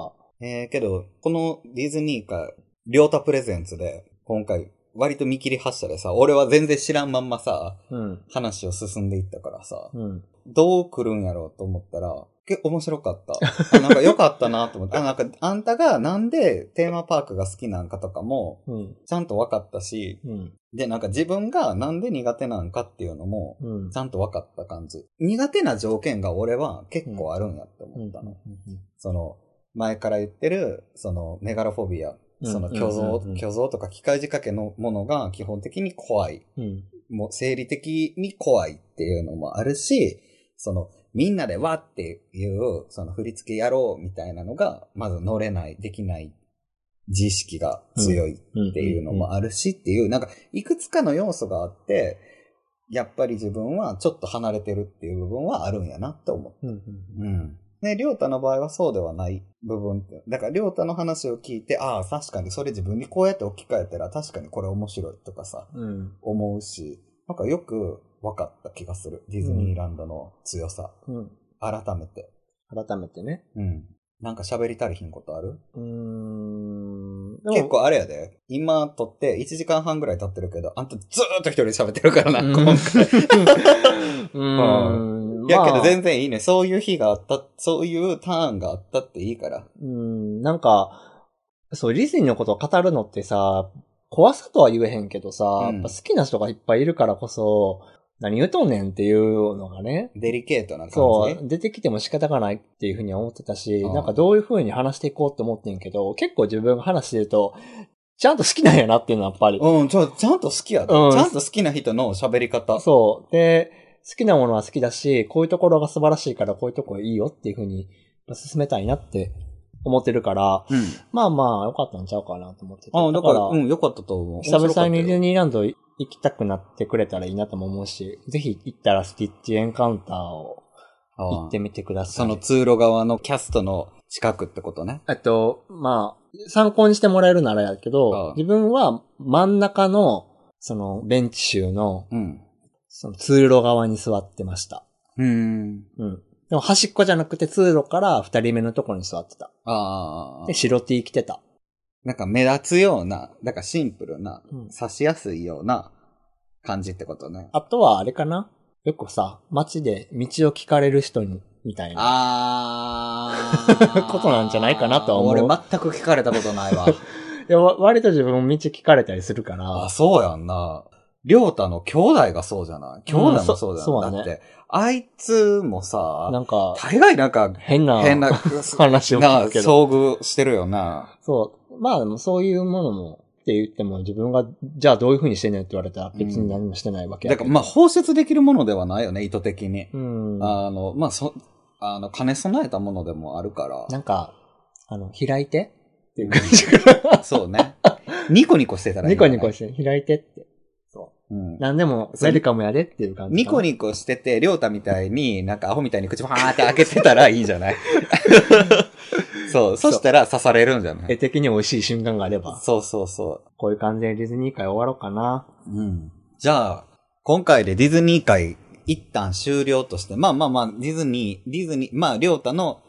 Speaker 2: えー、けど、このディズニーか、りょうたプレゼンツで、今回、割と見切り発車でさ、俺は全然知らんまんまさ、
Speaker 1: うん。
Speaker 2: 話を進んでいったからさ、
Speaker 1: うん。
Speaker 2: どう来るんやろうと思ったら、結構面白かった。あなんか良かったなと思って。あ、なんか、あんたがなんでテーマパークが好きなんかとかも、
Speaker 1: うん。
Speaker 2: ちゃんと分かったし、
Speaker 1: うん。
Speaker 2: で、なんか自分がなんで苦手なんかっていうのも、
Speaker 1: うん
Speaker 2: ち。ゃんと分かった感じ。苦手な条件が俺は結構あるんやって思ったの。その、前から言ってる、その、メガロフォビア、
Speaker 1: うん
Speaker 2: その虚像、
Speaker 1: うんうんうん
Speaker 2: 虚像とか機械仕掛けのものが基本的に怖い。
Speaker 1: うん。
Speaker 2: もう生理的に怖いっていうのもあるし、その、みんなでわっていう、その振り付けやろうみたいなのが、まず乗れない、できない、自意識が強い
Speaker 1: うん。
Speaker 2: っていうのもあるしっていう、なんか、いくつかの要素があって、やっぱり自分はちょっと離れてるっていう部分はあるんやなって思
Speaker 1: うんうん
Speaker 2: う。うん。ね、りょうたの場合はそうではない部分って。だから、りょうたの話を聞いて、ああ、確かにそれ自分にこうやって置き換えたら確かにこれ面白いとかさ、
Speaker 1: うん。
Speaker 2: 思うし、なんかよく分かった気がする。ディズニーランドの強さ。
Speaker 1: うん。
Speaker 2: 改めて。
Speaker 1: 改めてね。
Speaker 2: うん。なんか喋り足りひんことある
Speaker 1: うーん。でも
Speaker 2: 結。構あれやで。今撮って1時間半ぐらい経ってるけど、あんたずーっと一人で喋ってるからな、
Speaker 1: うん
Speaker 2: 今回。
Speaker 1: <laughs> う
Speaker 2: <laughs>
Speaker 1: ーん。
Speaker 2: いやけど
Speaker 1: 然。
Speaker 2: 全然いいね。そういう日があった、そういうターンがあったっていいから。
Speaker 1: うん。なんか、そう、ディズニーのことを語るのってさ、怖さとは言えへんけどさ、
Speaker 2: うん
Speaker 1: やっぱ好きな人がいっぱいいるからこそ、何言うとんねんっていうのがね。
Speaker 2: デリケートな感じ。
Speaker 1: そう、出てきても仕方がないっていうふうには思ってたし、
Speaker 2: うん
Speaker 1: なんかどういうふうに話していこうと思ってんけど、結構自分が話してると、ちゃんと好きなんやなっていうのはやっぱり。
Speaker 2: うん、ちゃちゃんと好きやで、
Speaker 1: うん
Speaker 2: ちゃんと好きな人の喋り方。
Speaker 1: そう。で、好きなものは好きだし、こういうところが素晴らしいから、こういうところいいよっていうふうに、進めたいなって思ってるから、
Speaker 2: うん。
Speaker 1: まあまあ、良かったんちゃうかなと思ってて。
Speaker 2: あだから、う
Speaker 1: だ
Speaker 2: ん、よかったと思う。
Speaker 1: 久々に
Speaker 2: 面
Speaker 1: ディズ
Speaker 2: 白かっ
Speaker 1: ニーランド行きたくなってくれたらいいなとも思うし、ぜひ行ったらスティッチエンカウンターを
Speaker 2: たよ
Speaker 1: 行ってみてくださ
Speaker 2: そ
Speaker 1: い。
Speaker 2: の通路側のキャストの近くってことね。
Speaker 1: えっと、まあ、参考にしてもらえるならやけ
Speaker 2: あ
Speaker 1: ど
Speaker 2: あ、
Speaker 1: 自分は真ん中の、その、ベンチ集の、
Speaker 2: うん。
Speaker 1: その通路側に座ってました。
Speaker 2: うん。
Speaker 1: うん。でも端っこじゃなくて通路から二人目のところに座ってた。
Speaker 2: ああ
Speaker 1: で、。白 T 着てた。
Speaker 2: なんか目立つような、だからシンプルな、
Speaker 1: うん
Speaker 2: 刺しやすいような感じってことね。
Speaker 1: あとはあれかなよくさ、街で道を聞かれる人に、みたいな。
Speaker 2: あ
Speaker 1: <laughs>
Speaker 2: ー
Speaker 1: ことなんじゃないかなとは思う
Speaker 2: 俺全く聞かれたことな
Speaker 1: <laughs>
Speaker 2: いわ。
Speaker 1: いや、わ割と自分も道聞かれたりするから
Speaker 2: あ、、そうやんな。りょうたの兄弟がそうじゃない兄弟もそうじゃ
Speaker 1: そう
Speaker 2: な
Speaker 1: だね
Speaker 2: い、だって、あいつも
Speaker 1: な
Speaker 2: さ、
Speaker 1: んか、
Speaker 2: 大概なんか
Speaker 1: 変な
Speaker 2: 変な、
Speaker 1: <laughs> 話を
Speaker 2: な
Speaker 1: 聞
Speaker 2: あ、
Speaker 1: くけど。
Speaker 2: 遭遇してるよな。
Speaker 1: そう。まあでもそういうものも、って言っても自分が、じゃあどういう風にしてんねんって言われたら別に何もしてないわけや
Speaker 2: だ
Speaker 1: け
Speaker 2: か
Speaker 1: ど
Speaker 2: ら、まあ、放出できるものではないよね、意図的に。
Speaker 1: うん。
Speaker 2: あの、まあ、そ、あの、兼ね備えたものでもあるから。
Speaker 1: なんか、あの、開いてっていう感 <laughs> じが。
Speaker 2: <laughs> そうね。ニコニコしてたらい
Speaker 1: ニ
Speaker 2: いんじ
Speaker 1: コ
Speaker 2: ゃない。
Speaker 1: ニコして、開いてって。そ
Speaker 2: うん
Speaker 1: う。何でも、ウェルカムやでっていう感じ。
Speaker 2: ニコニコしてて、りょうたみたいに、なんかアホみたいに口パーって開けてたらいいんじゃない <laughs> そう。そしたら刺されるんじゃな
Speaker 1: 絵
Speaker 2: い
Speaker 1: 的に美味しい瞬間があれば、
Speaker 2: そうそうそ
Speaker 1: こういう感じでディズニー会終わろうかな。
Speaker 2: う。うん。じゃあ、今回でディズニー会一旦終了として、まあまあまあ、ディズニー、ディズニー、まあ、りょうたの、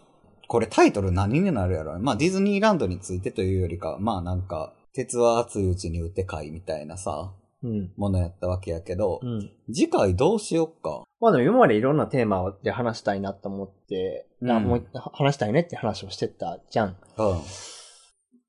Speaker 2: これタイトル何になるやろまあ、ディズニーランドについてというよりか、まあなんか、鉄は熱いうちに打て会みたいなさ、
Speaker 1: うん。
Speaker 2: ものやったわけやけど、
Speaker 1: うん。
Speaker 2: 次回どうしよっか。
Speaker 1: まあでも今までいろんなテーマで話したいなと思って、
Speaker 2: うん
Speaker 1: なもう話したいねって話をしてたじゃん。
Speaker 2: うん。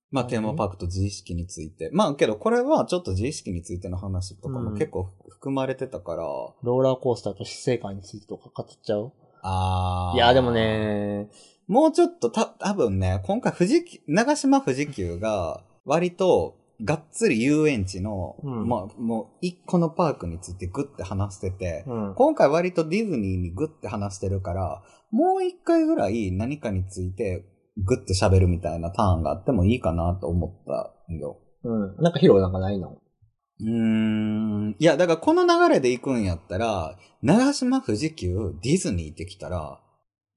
Speaker 2: ま
Speaker 1: は
Speaker 2: あ、
Speaker 1: い
Speaker 2: テーマパークと自意識について。まあ、けど、これはちょっと自意識についての話とかも
Speaker 1: うん
Speaker 2: 結構含まれてたから。
Speaker 1: ローラーコースターと死生観についてとか語っちゃう
Speaker 2: あー
Speaker 1: いや、でも。ね、
Speaker 2: もうちょっと、た、多分ね、今回富士急、長島富士急が、割と、がっつり遊園地の、
Speaker 1: うん
Speaker 2: まあ、もう、一個のパークについてグッて話してて、
Speaker 1: うん。
Speaker 2: 今回割とディズニーにグッて話してるから、もう一回ぐらい何かについて、グッて喋るみたいなターンがあってもいいかなと思ったんよ。
Speaker 1: うん。なんか披露なんかないの
Speaker 2: うーん。いや、だからこの流れで行くんやったら、長島富士急、ディズニーってきたら、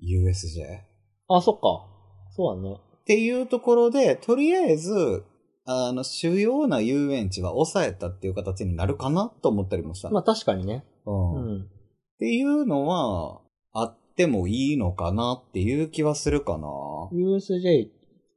Speaker 2: USJ? っ
Speaker 1: あ、そっか。そうだね。
Speaker 2: ていうところで、とりあえず、あの、主要な遊園地は抑えたっていう形になるかなと思ったりもした。
Speaker 1: まあ確かにね。う
Speaker 2: うん、っ
Speaker 1: ん。
Speaker 2: ていうのは、あってもいいのかなっていう気はするかな。
Speaker 1: USJ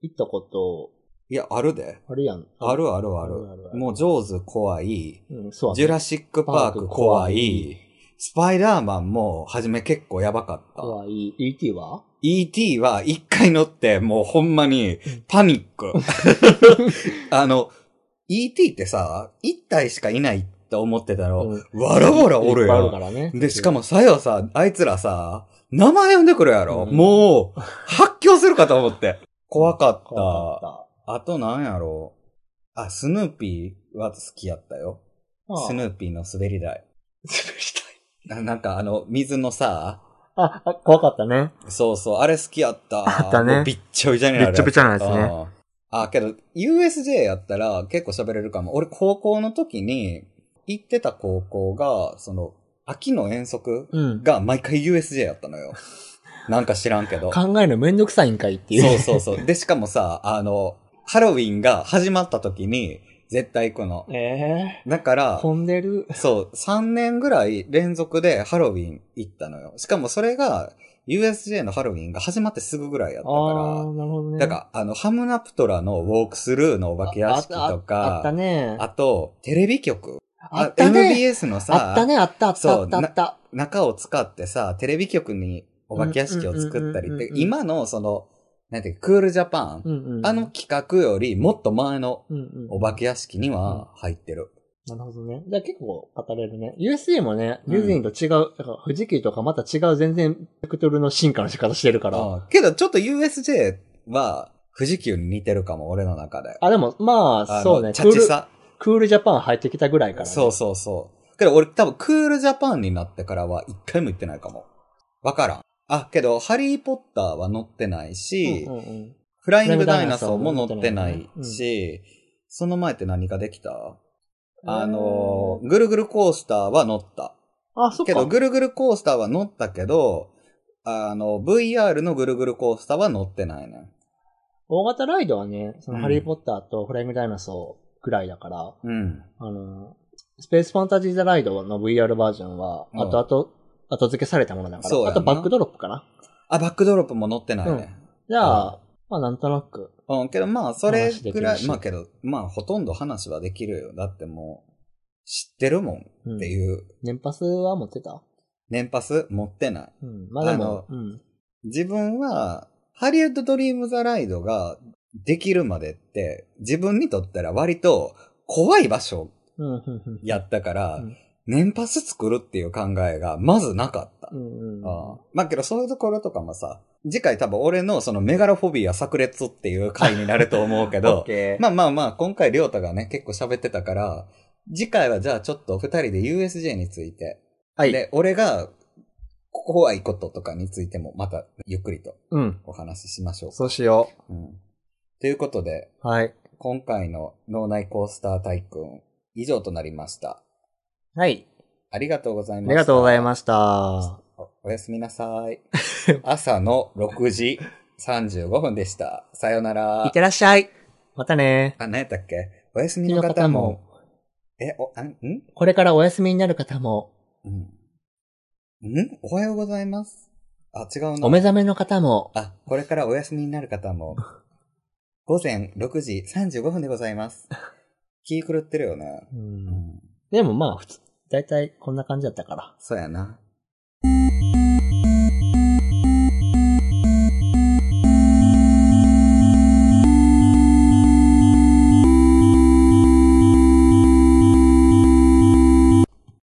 Speaker 1: 行ったこと
Speaker 2: いや、あるで。
Speaker 1: あるやん。
Speaker 2: あるあるある。
Speaker 1: あるあるある
Speaker 2: もう、ジョーズ怖い。
Speaker 1: うん、そう
Speaker 2: ジュ
Speaker 1: ラ
Speaker 2: ラシックパー
Speaker 1: パ
Speaker 2: ク怖
Speaker 1: ーク怖
Speaker 2: い
Speaker 1: い。
Speaker 2: スパイダーマンも、はじめ結構やばかった。
Speaker 1: 怖い。ET は
Speaker 2: ET は一回乗って、もうほんまに、パニッ
Speaker 1: <laughs>
Speaker 2: ク。あの、ET ってさ、一体しかいないって思ってたの。
Speaker 1: うん
Speaker 2: わらわらおる
Speaker 1: いっぱいあるか
Speaker 2: よ。
Speaker 1: らね。
Speaker 2: で、しかもさよさ、あいつらさ、名前呼んでくるやろ。
Speaker 1: うん
Speaker 2: もう、発狂するかと思って。怖かった。
Speaker 1: 怖かっ
Speaker 2: あとなんやろう。あ、スヌーピーは好きやったよ。
Speaker 1: た。ああ
Speaker 2: スヌーピーの滑り台。
Speaker 1: <laughs> 滑りたい。
Speaker 2: ななんかあの、水のさ、
Speaker 1: あ、あ怖かったね。
Speaker 2: そうそう、あれ好きやっ
Speaker 1: あ
Speaker 2: た。
Speaker 1: ったね
Speaker 2: もうびっちょびちょになるや
Speaker 1: びっ
Speaker 2: つ。
Speaker 1: ちょびちょなやつね
Speaker 2: うん。あ、けど、USJ やったら結構喋れるかも。俺高校の時に、行ってた高校が、その、秋の遠足
Speaker 1: うん。
Speaker 2: が毎回 USJ やった
Speaker 1: <laughs>
Speaker 2: のよ。なんか知らんけど。
Speaker 1: 考えるのめんどくさいんかいっていう。
Speaker 2: そうそうそう。で、しかもさ、あの、ハロウィンが始まった時に、絶対行くの。
Speaker 1: <laughs> え
Speaker 2: だから、
Speaker 1: 混んでる。
Speaker 2: そう、3年ぐらい連続でハロウィン行ったのよ。しかもそれが、USJ のハロウィンが始まってすぐぐらいやった
Speaker 1: あ
Speaker 2: から
Speaker 1: あー、、なるほどね。
Speaker 2: だから、あの、ハムナプトラのウォークスルーのお化け屋敷
Speaker 1: ああ
Speaker 2: と
Speaker 1: ああ
Speaker 2: か、
Speaker 1: ったね。
Speaker 2: あと、テレビ局。
Speaker 1: あ
Speaker 2: あ
Speaker 1: ったね。
Speaker 2: MBS の
Speaker 1: あ
Speaker 2: さ
Speaker 1: ったね、あった、あった、
Speaker 2: そう
Speaker 1: あった、あった。
Speaker 2: 中を使ってさ、テレビ局にお化け屋敷を作ったりっ
Speaker 1: うんうんうんうん
Speaker 2: て
Speaker 1: う、ん
Speaker 2: 今のその、なんていうかクールジャパン、
Speaker 1: うんうん。
Speaker 2: あの、企画よりもっと前の
Speaker 1: うんうん。
Speaker 2: お化け屋敷には入ってる。
Speaker 1: なるほどね。じゃあ結構語れるね。USJ もね、ディズニーと違う、だから富士急とかまた違う全然ベクトルの進化の仕方してるから。
Speaker 2: うんけどちょっと USJ は富士急に似てるかも、俺の中で。
Speaker 1: あ、でも、ま
Speaker 2: あ
Speaker 1: あ、
Speaker 2: の
Speaker 1: そうね。
Speaker 2: チ
Speaker 1: ク
Speaker 2: ャ
Speaker 1: ー
Speaker 2: チ
Speaker 1: ル、
Speaker 2: さ。
Speaker 1: クールジャパン入ってきたぐらいから、ね。
Speaker 2: そうそうそう。けど俺多分クールジャパンになってからは一回も行ってないかも。わからん。あ、けど、ハリーポッターは乗ってないし、
Speaker 1: うんうんうん
Speaker 2: フライングダイナソーも乗ってない
Speaker 1: うん
Speaker 2: し、その前って何ができたあのー、ぐるぐるコースターは乗った。
Speaker 1: あ、そっ
Speaker 2: け
Speaker 1: か
Speaker 2: ど、。ぐるぐるコースターは乗ったけど、あの、VR のぐるぐるコースターは乗ってないね。
Speaker 1: 大型ライドはね、その
Speaker 2: うん
Speaker 1: ハリーポッターとフライングダイナソーぐらいだから、
Speaker 2: うん。
Speaker 1: あのー、スペースファンタジーザライドの VR バージョンは、
Speaker 2: うん
Speaker 1: 後々、後付けされたものだか
Speaker 2: そうや
Speaker 1: ら。
Speaker 2: な
Speaker 1: あとバックドロップかな。
Speaker 2: あ、バックドロップも乗ってないね。
Speaker 1: じゃ
Speaker 2: う
Speaker 1: あ、まあなんとなく。
Speaker 2: うん、けどまあ、それ
Speaker 1: 話で
Speaker 2: ぐ
Speaker 1: き
Speaker 2: ら
Speaker 1: る
Speaker 2: い、
Speaker 1: し
Speaker 2: まあけど、まあほとんど話はできるよ。だってもう、知ってるもんっ
Speaker 1: うん
Speaker 2: ていう、
Speaker 1: 年パスは持ってた
Speaker 2: 年パス持ってない。
Speaker 1: うん。まあでも、うん。
Speaker 2: 自分は、ハリウッドドリームザライドができるまでって、自分にとったら割と怖い場所
Speaker 1: うん、うん、うん。
Speaker 2: やったから、
Speaker 1: うん
Speaker 2: 年パス作るっていう考えがまずなかった
Speaker 1: う。ん、うん。
Speaker 2: ああまあけどそういうところとかもさ、次回多分俺のそのメガロフォビア炸裂っていう回になると思うけ
Speaker 1: <laughs> オッ
Speaker 2: ど、
Speaker 1: ケー
Speaker 2: <laughs> まあまあまあ今回りょうたがね結構喋ってたから、次回はじゃあちょっと二人で USJ について、
Speaker 1: はい。
Speaker 2: で、俺が怖いこととかについてもまたゆっくりと
Speaker 1: うん。
Speaker 2: お話ししましょうか。
Speaker 1: そうしよ
Speaker 2: うん。ということで、
Speaker 1: う。はい。
Speaker 2: 今回の脳内コースター大君、以上となりました。
Speaker 1: はい。
Speaker 2: ありがとうござい
Speaker 1: あ
Speaker 2: ました。
Speaker 1: りがとうございました。
Speaker 2: おおやすみなさい。 <laughs> 朝の6時35分でした。さよなら。
Speaker 1: いってらっしゃい。またね。
Speaker 2: あ、何やったっけおやすみの方も。え、お、あん、ん
Speaker 1: これからお休みになる方も、
Speaker 2: うん。んおはようございます。あ、違うな。
Speaker 1: お目覚めの方も、
Speaker 2: あ、これからお休みになる方も。 <laughs> 午前6時35分でございます。気狂ってるよな。
Speaker 1: う、
Speaker 2: うんん。
Speaker 1: でもまあ、普通、だいたいこんな感じだったから。
Speaker 2: そうやな。